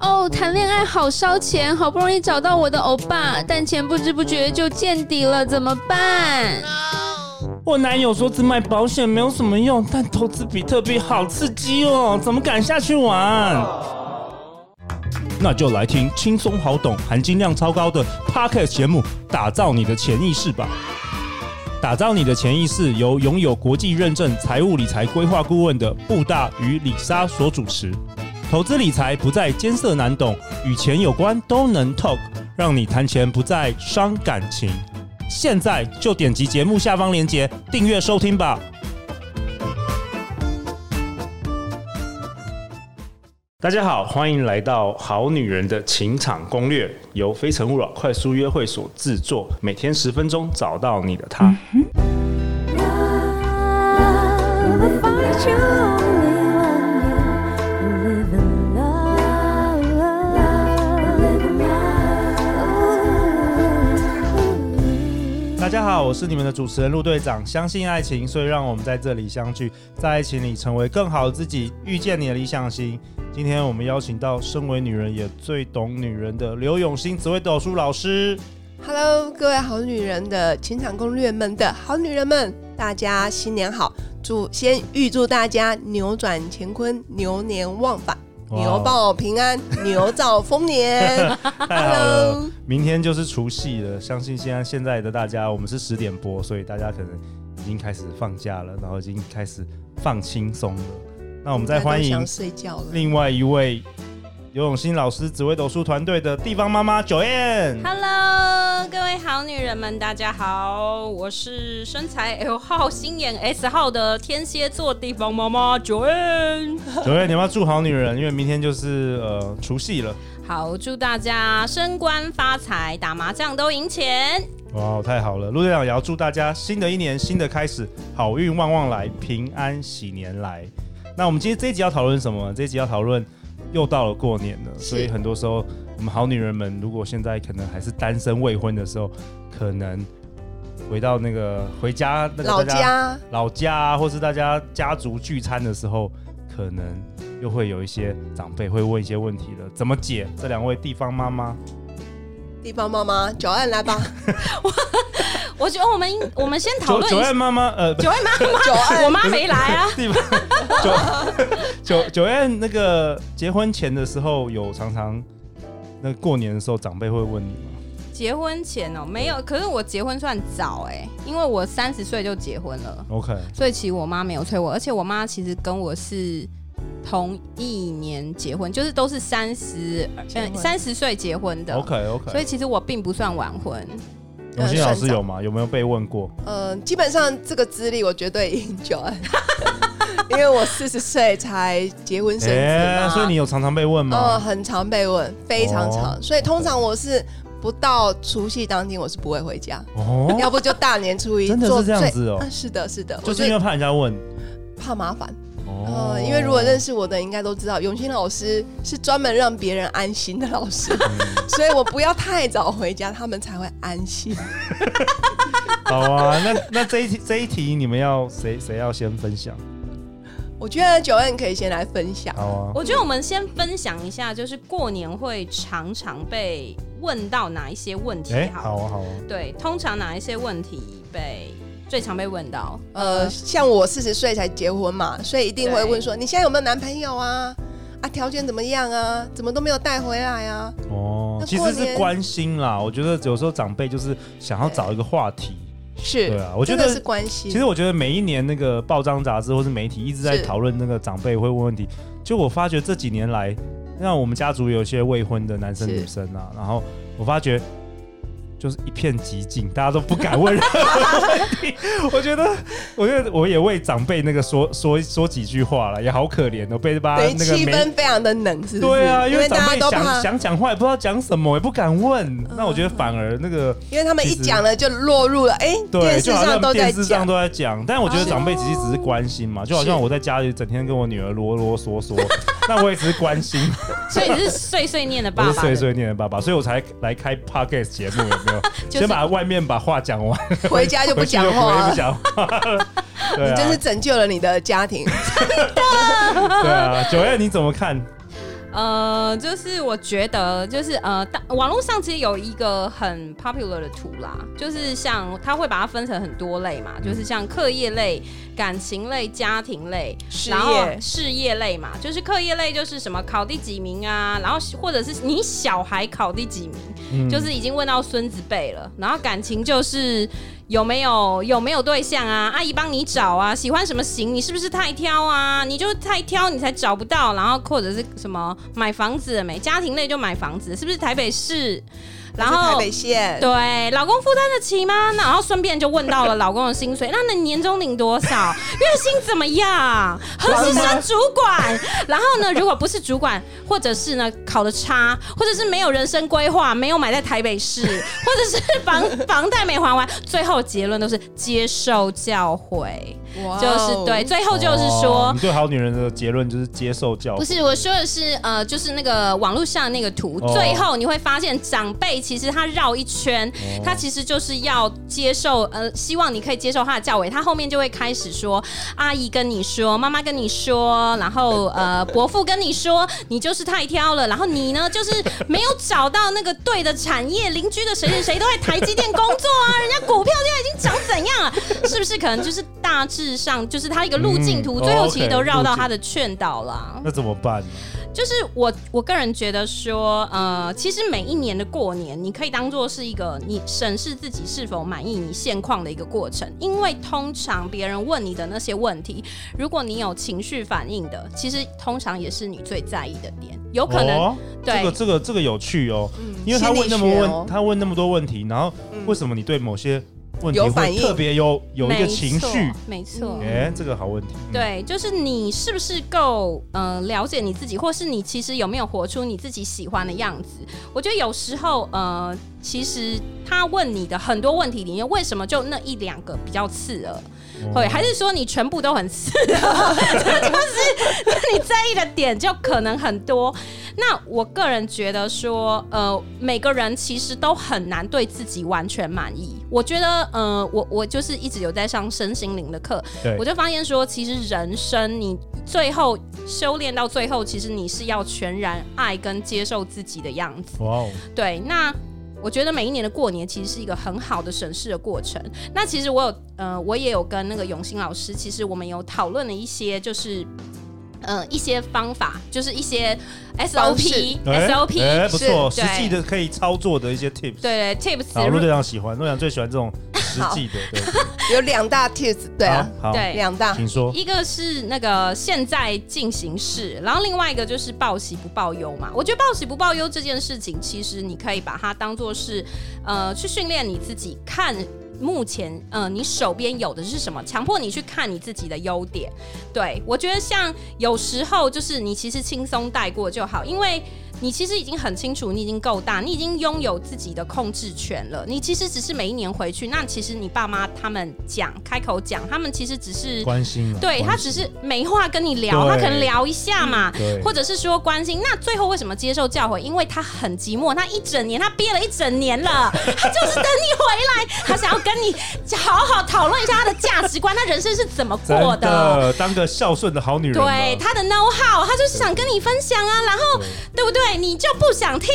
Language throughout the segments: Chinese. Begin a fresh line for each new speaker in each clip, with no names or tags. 哦，谈恋爱好烧钱，好不容易找到我的欧巴，但钱不知不觉就见底了，怎么办？
我男友说只买保险没有什么用，但投资比特币好刺激哦，怎么敢下去玩？那就来听轻松好懂、含金量超高的 Podcast 节目，打造你的潜意识吧。打造你的潜意识由拥有国际认证财务理财规划顾问的布大与李莎所主持。投资理财不再艰涩难懂，与钱有关都能 talk，让你谈钱不再伤感情。现在就点击节目下方链接订阅收听吧。大家好，欢迎来到《好女人的情场攻略》，由非诚勿扰快速约会所制作，每天十分钟，找到你的他。
Love, if I should only love you, live in love, live in love.
大家好，我是你们的主持人陆队长。相信爱情，所以让我们在这里相聚，在爱情里成为更好的自己，遇见你的理想型。今天我们邀请到身为女人也最懂女人的刘永新紫薇斗数老师。
Hello，各位好女人的情场攻略们的好女人们，大家新年好！祝先预祝大家扭转乾坤，牛年旺法，
哇哦
牛报平安，牛兆丰年。
太好了
Hello，
明天就是除夕了，相信现在现在的大家，我们是十点播，所以大家可能已经开始放假了，然后已经开始放轻松了。那 我们再欢
大家
迎
都想睡觉了。
另外一位游泳新老师紫薇斗数团队的地方妈妈九燕。
Hello，各呃位好女人们，大家好，我是身材 L 号、心眼 S 号的天蝎座地方妈妈 Joanne。
九燕，你要不要祝好女人？因为明天就是呃除夕了。
好，祝大家升官发财，打麻将都赢钱。
哇，太好了！陆队长也要祝大家新的一年新的开始，好运旺旺来，平安喜年来。那我们今天这一集要讨论什么？这一集要讨论又到了过年了，所以很多时候我们好女人们，如果现在可能还是单身未婚的时候，可能回到那个回家那个大
老
家
家
老家啊，或是大家家族聚餐的时候，可能又会有一些长辈会问一些问题了，怎么解？这两位地方妈妈，
地方妈妈，九案来吧，
我觉得我们应我们先讨
九
论
九
一
位
下，
妈妈，呃，
九位妈
九
妈，我
案
妈没来啊。
地方九 九九燕那个结婚前的时候，有常常那过年的时候，长辈会问你吗？
结婚前哦、没有，可是我结婚算早哎、因为我三十岁就结婚了。
OK，
所以其实我妈没有催我，而且我妈其实跟我是同一年结婚，就是都是三十
结
嗯
婚
三十岁结婚的。
OK OK，
所以其实我并不算晚婚，
永新
呃
老
算
师有吗？有没有被问过？
呃，基本上这个资历我绝对赢九案， 因为我四十岁才结婚生子嘛。
哎所以你有常常被问吗？
呃，很常被问，非常常，
哦
所以通常我是不到除夕当天我是不会回家，
哦，
要不就大年初一
真的
做
是这样
最
子哦
啊是的，是的，
就
我
是因为
最
怕人家问。
怕麻烦。
哦
呃，因为如果认识我的应该都知道，永新老师是专门让别人安心的老师， 所以我不要太早回家，他们才会安心。
好啊，那那这一题这一题你们要谁谁要先分享？
我觉得九恩可以先来分享，
好啊，
我觉得我们先分享一下，就是过年会常常被问到哪一些问题
哎，
好
好
了？
啊好啊，
对，通常哪一些问题被最常被问 到？
啊
呃，像我四十岁才结婚嘛，所以一定会问说你现在有没有男朋友啊？啊，条件怎么样啊？怎么都没有带回来啊？
哦，
那
其实
过
是
年
关心啦。我觉得有时候长辈就是想要找一个话题。
是，
对啊我觉得
真的是关系。
其实我觉得每一年那个报章杂志或是媒体一直在
是
讨论那个长辈会问问题，就我发觉这几年来，让我们家族有些未婚的男生
是
女生啊，然后我发觉就是一片寂静，大家都不敢问任何问题。我觉得，我觉得我也为长辈那个说说说几句话了，也好可怜哦，被把
等于
那个
气
媒
氛非常的冷，是不是？
对啊，因
因
为长
大家
辈
都
想
怕，
想讲话也不知道讲什么，也不敢问。那我觉得
嗯
反而那个。
因为他们
其
一
实
讲了就落入了，哎、
对，
电视
就好
上
像
都在
电视上
讲，
都在讲，但我觉得
是
长辈其实只是关心嘛，就好像我在家里整天跟我女儿啰啰嗦嗦，那我也只是关心，
所以你是碎碎念的
我
爸
是
爸
碎碎念的爸爸，所以我才来开 podcast 节目，有没有？
就是
先把外面把话讲完，
回家就不
回去就
讲
不
话
会不
了。
讲话了。对
你真
啊
是，拯救了你的家庭，
对啊，九月你怎么看？
呃，就是我觉得，就是呃，大网络上其实有一个很 popular 的图啦，就是像它会把它分成很多类嘛，就是像课业类、感情类、家庭类，
事
然后
业
事业类嘛，就是课业类就是什么考第几名啊，然后或者是你小孩考第几名，就是已经问到孙子辈了。然后感情就是有没有有没有对象啊，阿姨帮你找啊，喜欢什么型，你是不是太挑啊？你就是太挑，你才找不到。然后或者是什么买房子了没？家庭类就买房子，是不是台北市？然
哦还是台
后
北县，
对，老公负担得起吗？那然后顺便就问到了老公的薪水，那你年终领多少？月薪怎么样？何时升主管？然后呢，如果不是主管，或者是呢考的差，或者是没有人生规划，没有买在台北市，或者是房房贷没还完，最后结论都是接受教诲，
哇哦
就是对，，最后就是说。
哦你对好女人的结论就是接受教
不
育，
是，我说的是呃，就是那个网络上那个图，
哦
最后你会发现长辈其实他绕一圈，
哦
他其实就是要接受呃，希望你可以接受他的教诲，他后面就会开始说阿姨跟你说，妈妈跟你说，然后呃伯父跟你说，你就是太挑了，然后你呢就是没有找到那个对的产业，邻居的谁谁谁都在台积电工作啊，人家股票现在已经涨怎样了， 是不是？可能就是大致上就是他一个路径图，
嗯
最
哦
后其实
OK，
都绕
路
到
径
他的劝导啊啦。
那怎么办呢？
就是我我个人觉得说，呃，其实每一年的过年，你可以当做是一个你审视自己是否满意你现况的一个过程，因为通常别人问你的那些问题，如果你有情绪反应的，其实通常也是你最在意的点，有可能、
哦、
对
这个这个这个有趣哦，
嗯
因为他问那么问，
心理学哦
他问那么多问题，然后
嗯
为什么你对某些问题
有反
会
应
特别有有一个
没
情
错
绪？，
没错。
嗯
哎、这个好问题。嗯，
对，就是你是不是够呃了解你自己，或是你其实有没有活出你自己喜欢的样子？我觉得有时候呃，其实他问你的很多问题里面，为什么就那一两个比较刺耳？
哦
会还是说你全部都很刺 耳？这就是你在意的点就可能很多。那我个人觉得说，呃，每个人其实都很难对自己完全满意。我觉得，呃，我我就是一直有在上身心灵的课，
对
我就发现说，其实人生你最后修炼到最后，其实你是要全然爱跟接受自己的样子。
哇 哦，
对，那我觉得每一年的过年其实是一个很好的审视的过程。那其实我有，呃，我也有跟那个永兴老师，其实我们有讨论了一些，就是。呃，一些方法就是一些 SOP、
哎
SOP，、
哎、不错，
是
实
对
际的可以操作的一些 tips。
对对 tips，
好，陆队长喜欢，陆队长最喜欢这种实际的。对，
有两大 tips，对啊，
好，好，
对
两大
请说。
一个是那个现在进行式，然后另外一个就是报喜不报忧嘛。我觉得报喜不报忧这件事情，其实你可以把它当做是呃去训练你自己看。目前，呃，你手边有的是什么？强迫你去看你自己的优点。对我觉得，像有时候就是你其实轻松带过就好，因为你其实已经很清楚，你已经够大，你已经拥有自己的控制权了。你其实只是每一年回去，那其实你爸妈他们讲开口讲，他们其实只是
关心了，
对他
关心
只是没话跟你聊，
对嗯
他可能聊一下嘛，
对
或者是说关心。那最后为什么接受教诲？因为他很寂寞，他一整年他憋了一整年了， 他就是等你回来，他想要跟你好好讨论一下他的价值观，他人生是怎么
真
过的。
的当个孝顺的好女人嘛。
对他的 know how，他就是想跟你分享啊，
嗯
然后对不对？你就不想听，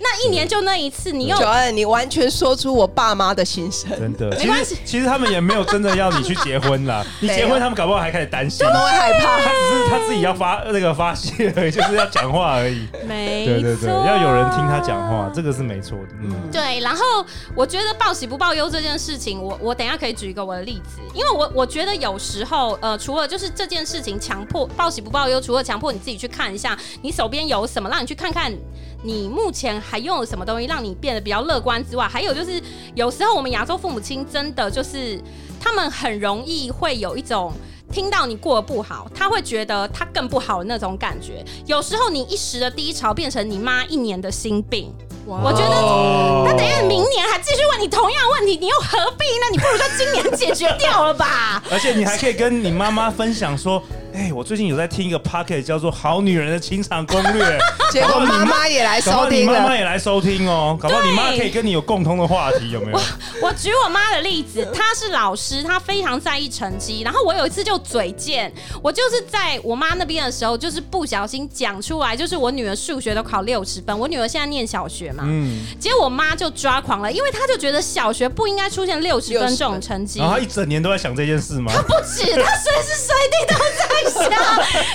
那一年就那一次，你又
九恩，你完全说出我爸妈的心声，
真的，
没
其
关
实其实他们也没有真的要你去结婚 啦，你结婚他们搞不好还开始担心，
他们会害怕。
他只是他自己要发那个发泄而已，就是要讲话而已。
没
对对对，
错
要有人听他讲话，这个是没错的。嗯，
对，然后我觉得报喜不报忧这件事情，我我等一下可以举一个我的例子，因为我我觉得有时候，呃，除了就是这件事情强迫报喜不报忧，除了强迫你自己去看一下你手边有什么，让你去看看你目前还拥有什么东西，让你变得比较乐观之外，还有就是有时候我们亚洲父母亲真的就是他们很容易会有一种。听到你过得不好，他会觉得他更不好的那种感觉。有时候你一时的低潮，变成你妈一年的心病。我觉得
哦。
那等一下明年还继续问你同样的问题，你又何必呢？你不如就今年解决掉了吧
而且你还可以跟你妈妈分享说， 哎、我最近有在听一个 p o c k e t 叫做《好女人的情场攻略》，
结果妈妈也来
搞不好
收
你
听
妈
了
妈。也来收听哦，搞不好你妈可以跟你有共同的话题，有没有？
我举我妈的例子，她是老师，她非常在意成绩。然后我有一次就嘴贱，我就是在我妈那边的时候，就是不小心讲出来，就是我女儿数学都考六十分，我女儿现在念小学嘛，
嗯，
结果我妈就抓狂了，因为她就觉得小学不应该出现六十分这种成绩
然。后她一整年都在想这件事吗？
不止，她随时随地都在想，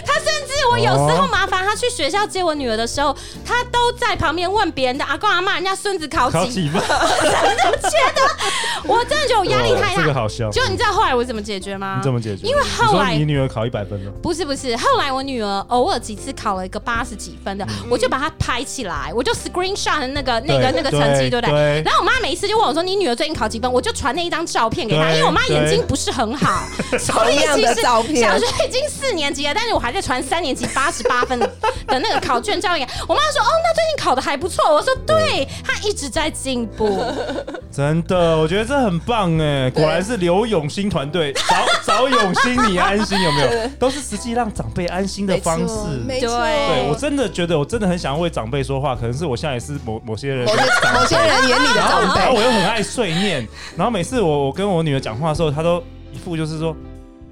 她甚至我有时候麻烦她去学校接我女儿的时候，她都在旁边问别人的阿公阿妈，人家孙子考
考
几
几分？
我真的觉得我压力太
哦呃哇这个
大。
好笑。
就你知道后来我怎么解决吗？
你怎么解决？
因为后来
你说你女儿考一百分了，
不是不是，后来我女儿偶尔几次考了一个八十几分的，
嗯
我就把它拍起来，我就 screenshot 那个那个那个成绩，对不对？
对。
然后我妈每一次就问我说：“你女儿最近考几分？”我就传那一张照片给她，
对
因为我妈眼睛不是很好，所以
同样
其
的
实
照片
小学已经四年级了，但是我还在传三年级八十八分的的那个考卷照片。我妈说：“哦，那最近考的还不错。”我说：“对，她一直在进 步。
真的，我觉得这很棒哎，果然是刘永新团队，找找永新你安心有没 有？都是实际让长辈安心的方式。
没错，
对
对我真的觉得，我真的很想要为长辈说话，可能是我现在也是某 某些人
某些某些人眼里的
然后
长
然后
辈，
我又很爱碎念，然后每次我我跟我女儿讲话的时候，她都一副就是说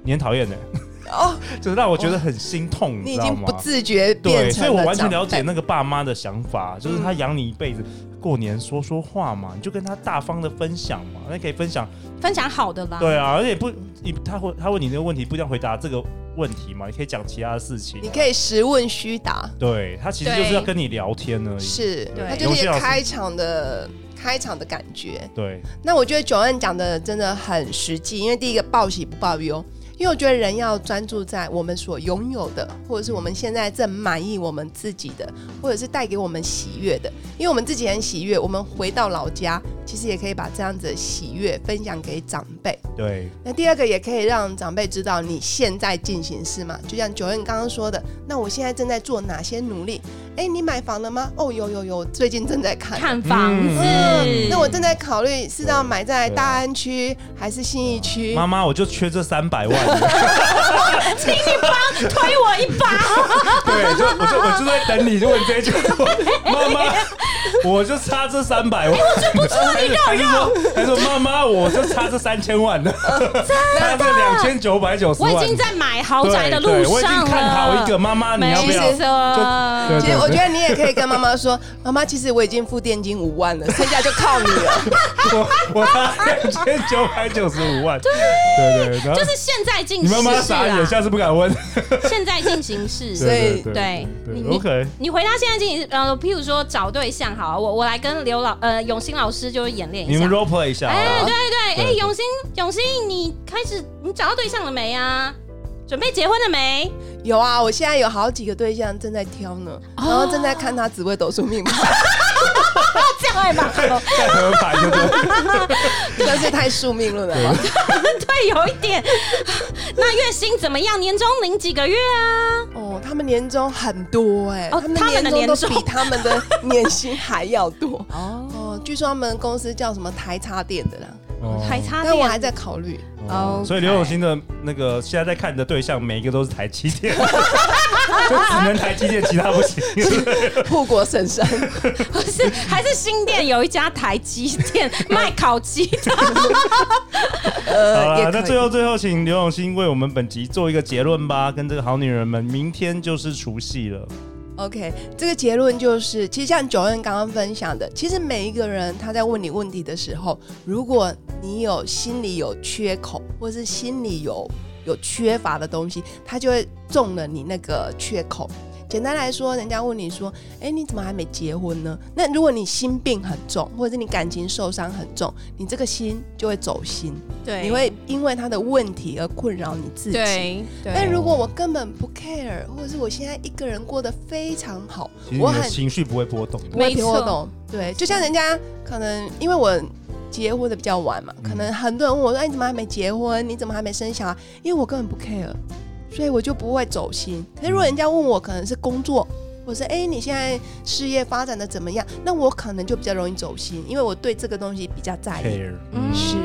你很讨厌的，欸
哦，
就是让我觉得很心痛，
你
知
已
道
经
吗
不？自觉变
对，所
成
以我
了
完全
长
了解
辈。嗯
那个爸妈的想法，就是他养你一辈子，过年说说话嘛，你就跟他大方的分享嘛，那可以分享。”
分享好的啦，
对啊，而且不，你他会他问你这个问题，不一定要回答这个问题嘛，你可以讲其他的事情。啊
你可以实问虚答，
对他其实就是要跟你聊天而已。
是，
对
它就是一
游
个
戏老师
开场的开场的感觉。
对，
那我觉得九恩讲的真的很实际，因为第一个报喜不报忧，因为我觉得人要专注在我们所拥有的，或者是我们现在正满意我们自己的，或者是带给我们喜悦的。因为我们自己很喜悦，我们回到老家，其实也可以把这样子的喜悦分享给长辈。
对，
那第二个也可以让长辈知道你现在进行式嘛，就像九恩刚刚说的，那我现在正在做哪些努力？哎，你买房了吗？哦，有有有，最近正在看。
看房子。
嗯
那我正在考虑是要买在大安区还是信义区？
妈妈，我就缺这三百万。
请你帮推我一把，
对，就我就我就在等你问这一句。妈妈，我就差这三百万。我就不错，你肉肉。还说妈妈，我就差这三千万了，差这两千九百九十
我
万。
已经在买豪宅的路
对对
上了。
我已经看好一个妈妈，你
没
要不要？
错，
对
其实我觉得你也可以跟妈妈说， 妈妈，其实我已经付定金五万了，剩下就靠你了。
我 我差两千九百九十五万。对对对，然后
就是现在进
你
行
妈妈
式
傻眼，
啦，
下次不敢问。
现在进行式。
所以
对你你
OK，
你回答现在进行，呃，譬如说找对象好啊，我我来跟刘老呃永兴老师就是演练
你
一
们
下。
role play 一下好不
哎，
好。
对对，
啊对
哎，
对
永兴永兴，你开始你找到对象了没啊？准备结婚了没？
有啊，我现在有好几个对象正在挑呢，然后正在看他紫微斗数命盘，
这样会吧？
在合盘对不对？
真的是太宿命论了。
对，有一点。 那月薪怎么样？年终领几个月啊？
哦，他们年终很多哎、
哦他们的
年
年
终
终
都比他们的年薪还要 多哦。据说他们公司叫什么台插店的啦，
哦
还差
但我
点
还在考虑。
哦
所以刘永新的那个现在在看的对象，每一个都是台积电， 就只能台积电，其他不行。
护国神山，
不 是，还是新店有一家台积 店卖烤鸡的。
呃，
好
也
了，
可
那
以
最后最后，请刘永新为我们本集做一个结论吧，跟这个好女人们，明天就是除夕了，
OK，这个结论就是，其实像九恩刚刚分享的，其实每一个人他在问你问题的时候，如果你有心里有缺口，或是心里有有缺乏的东西，他就会中了你那个缺口。简单来说，人家问你说：“哎，你怎么还没结婚呢？”那如果你心病很重，或者是你感情受伤很重，你这个心就会走心，
对
你会因为他的问题而困扰你自己。
对
但
对，
如果我根本不 care，或者是我现在一个人过得非常好
其实，你
我
的
很
情绪不会波动的。
不会听我
没错
懂。对，就像人家可能因为我结婚的比较晚嘛，
嗯
可能很多人问我说：“哎，你怎么还没结婚？你怎么还没生小孩？”因为我根本不 care，所以我就不会走心。可是如果人家问我，可能是工作。或是哎，你现在事业发展的怎么样？那我可能就比较容易走心，因为我对这个东西比较在意。
care，
嗯
是，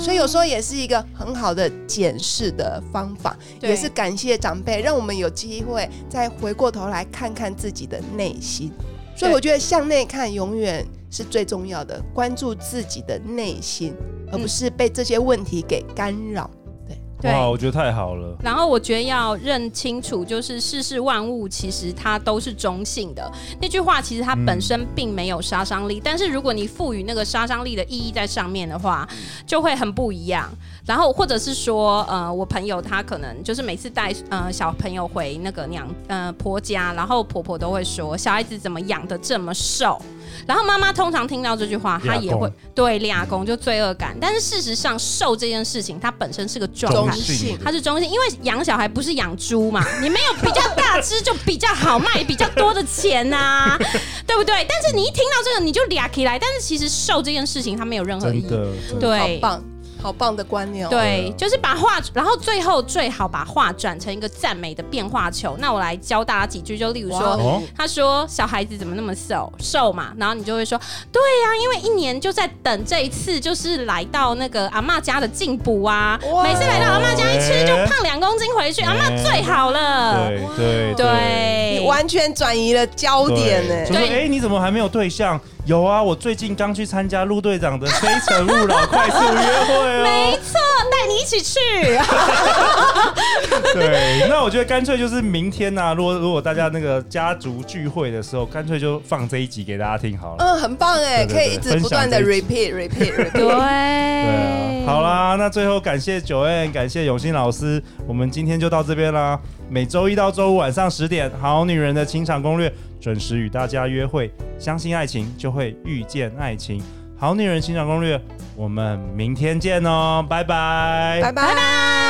所以有时候也是一个很好的检视的方法，
对
也是感谢长辈，让我们有机会再回过头来看看自己的内心。所以
对
我觉得向内看永远是最重要的，关注自己的内心，而不
嗯
是被这些问题给干扰。
对
哇，我觉得太好了。
然后我觉得要认清楚，就是世事万物其实它都是中性的。那句话其实它本身并没有杀伤力，但是如果你赋予那个杀伤力的意义在上面的话，就会很不一样。然后或者是说，呃，我朋友他可能就是每次带呃小朋友回那个娘呃婆家，然后婆婆都会说小孩子怎么养的这么瘦。然后妈妈通常听到这句话，她也会
俩公
对俩公就罪恶感。但是事实上，瘦这件事情它本身是个状
中
态，
性的，
它是中性，因为养小孩不是养猪 嘛，你没有比较大只就比较好卖比较多的 钱呐、对不对？但是你一听到这个你就俩起来，但是其实瘦这件事情它没有任何意
真
义，
的，真的
好
对。
棒，好棒的观念哦。
对，就是把话，然后最后最好把话转成一个赞美的变化球。那我来教大家几句，就例如说，
哦，
他说：“小孩子怎么那么瘦瘦嘛？”然后你就会说：“对呀、因为一年就在等这一次，就是来到那个阿嬷家的进补啊。
哇
每次来到阿嬷家一吃
哎
就胖两公斤回去，
哎
阿嬷最好了。
对对
对
你，完全转移了焦点欸呢、
就是
对
哎，你怎么还没有对象？有啊，我最近刚去参加陆队长的《非诚勿扰》 快速约会
没
哦。
错，带你一起 去。
啊对，那我觉得干脆就是明天呐、如果如果大家那个家族聚会的时候，干脆就放这一集给大家听好了。
嗯，很棒哎，
对对
可以一直不断的
分
repeat repeat repeat。
对啊，好啦，那最后感谢九 N，感谢永新老师，我们今天就到这边啦。每周一到周五晚上十点，《好女人的情场攻略》准时与大家约会。相信爱情，就会遇见爱情。好女人情场攻略，我们明天见哦，拜拜
拜拜。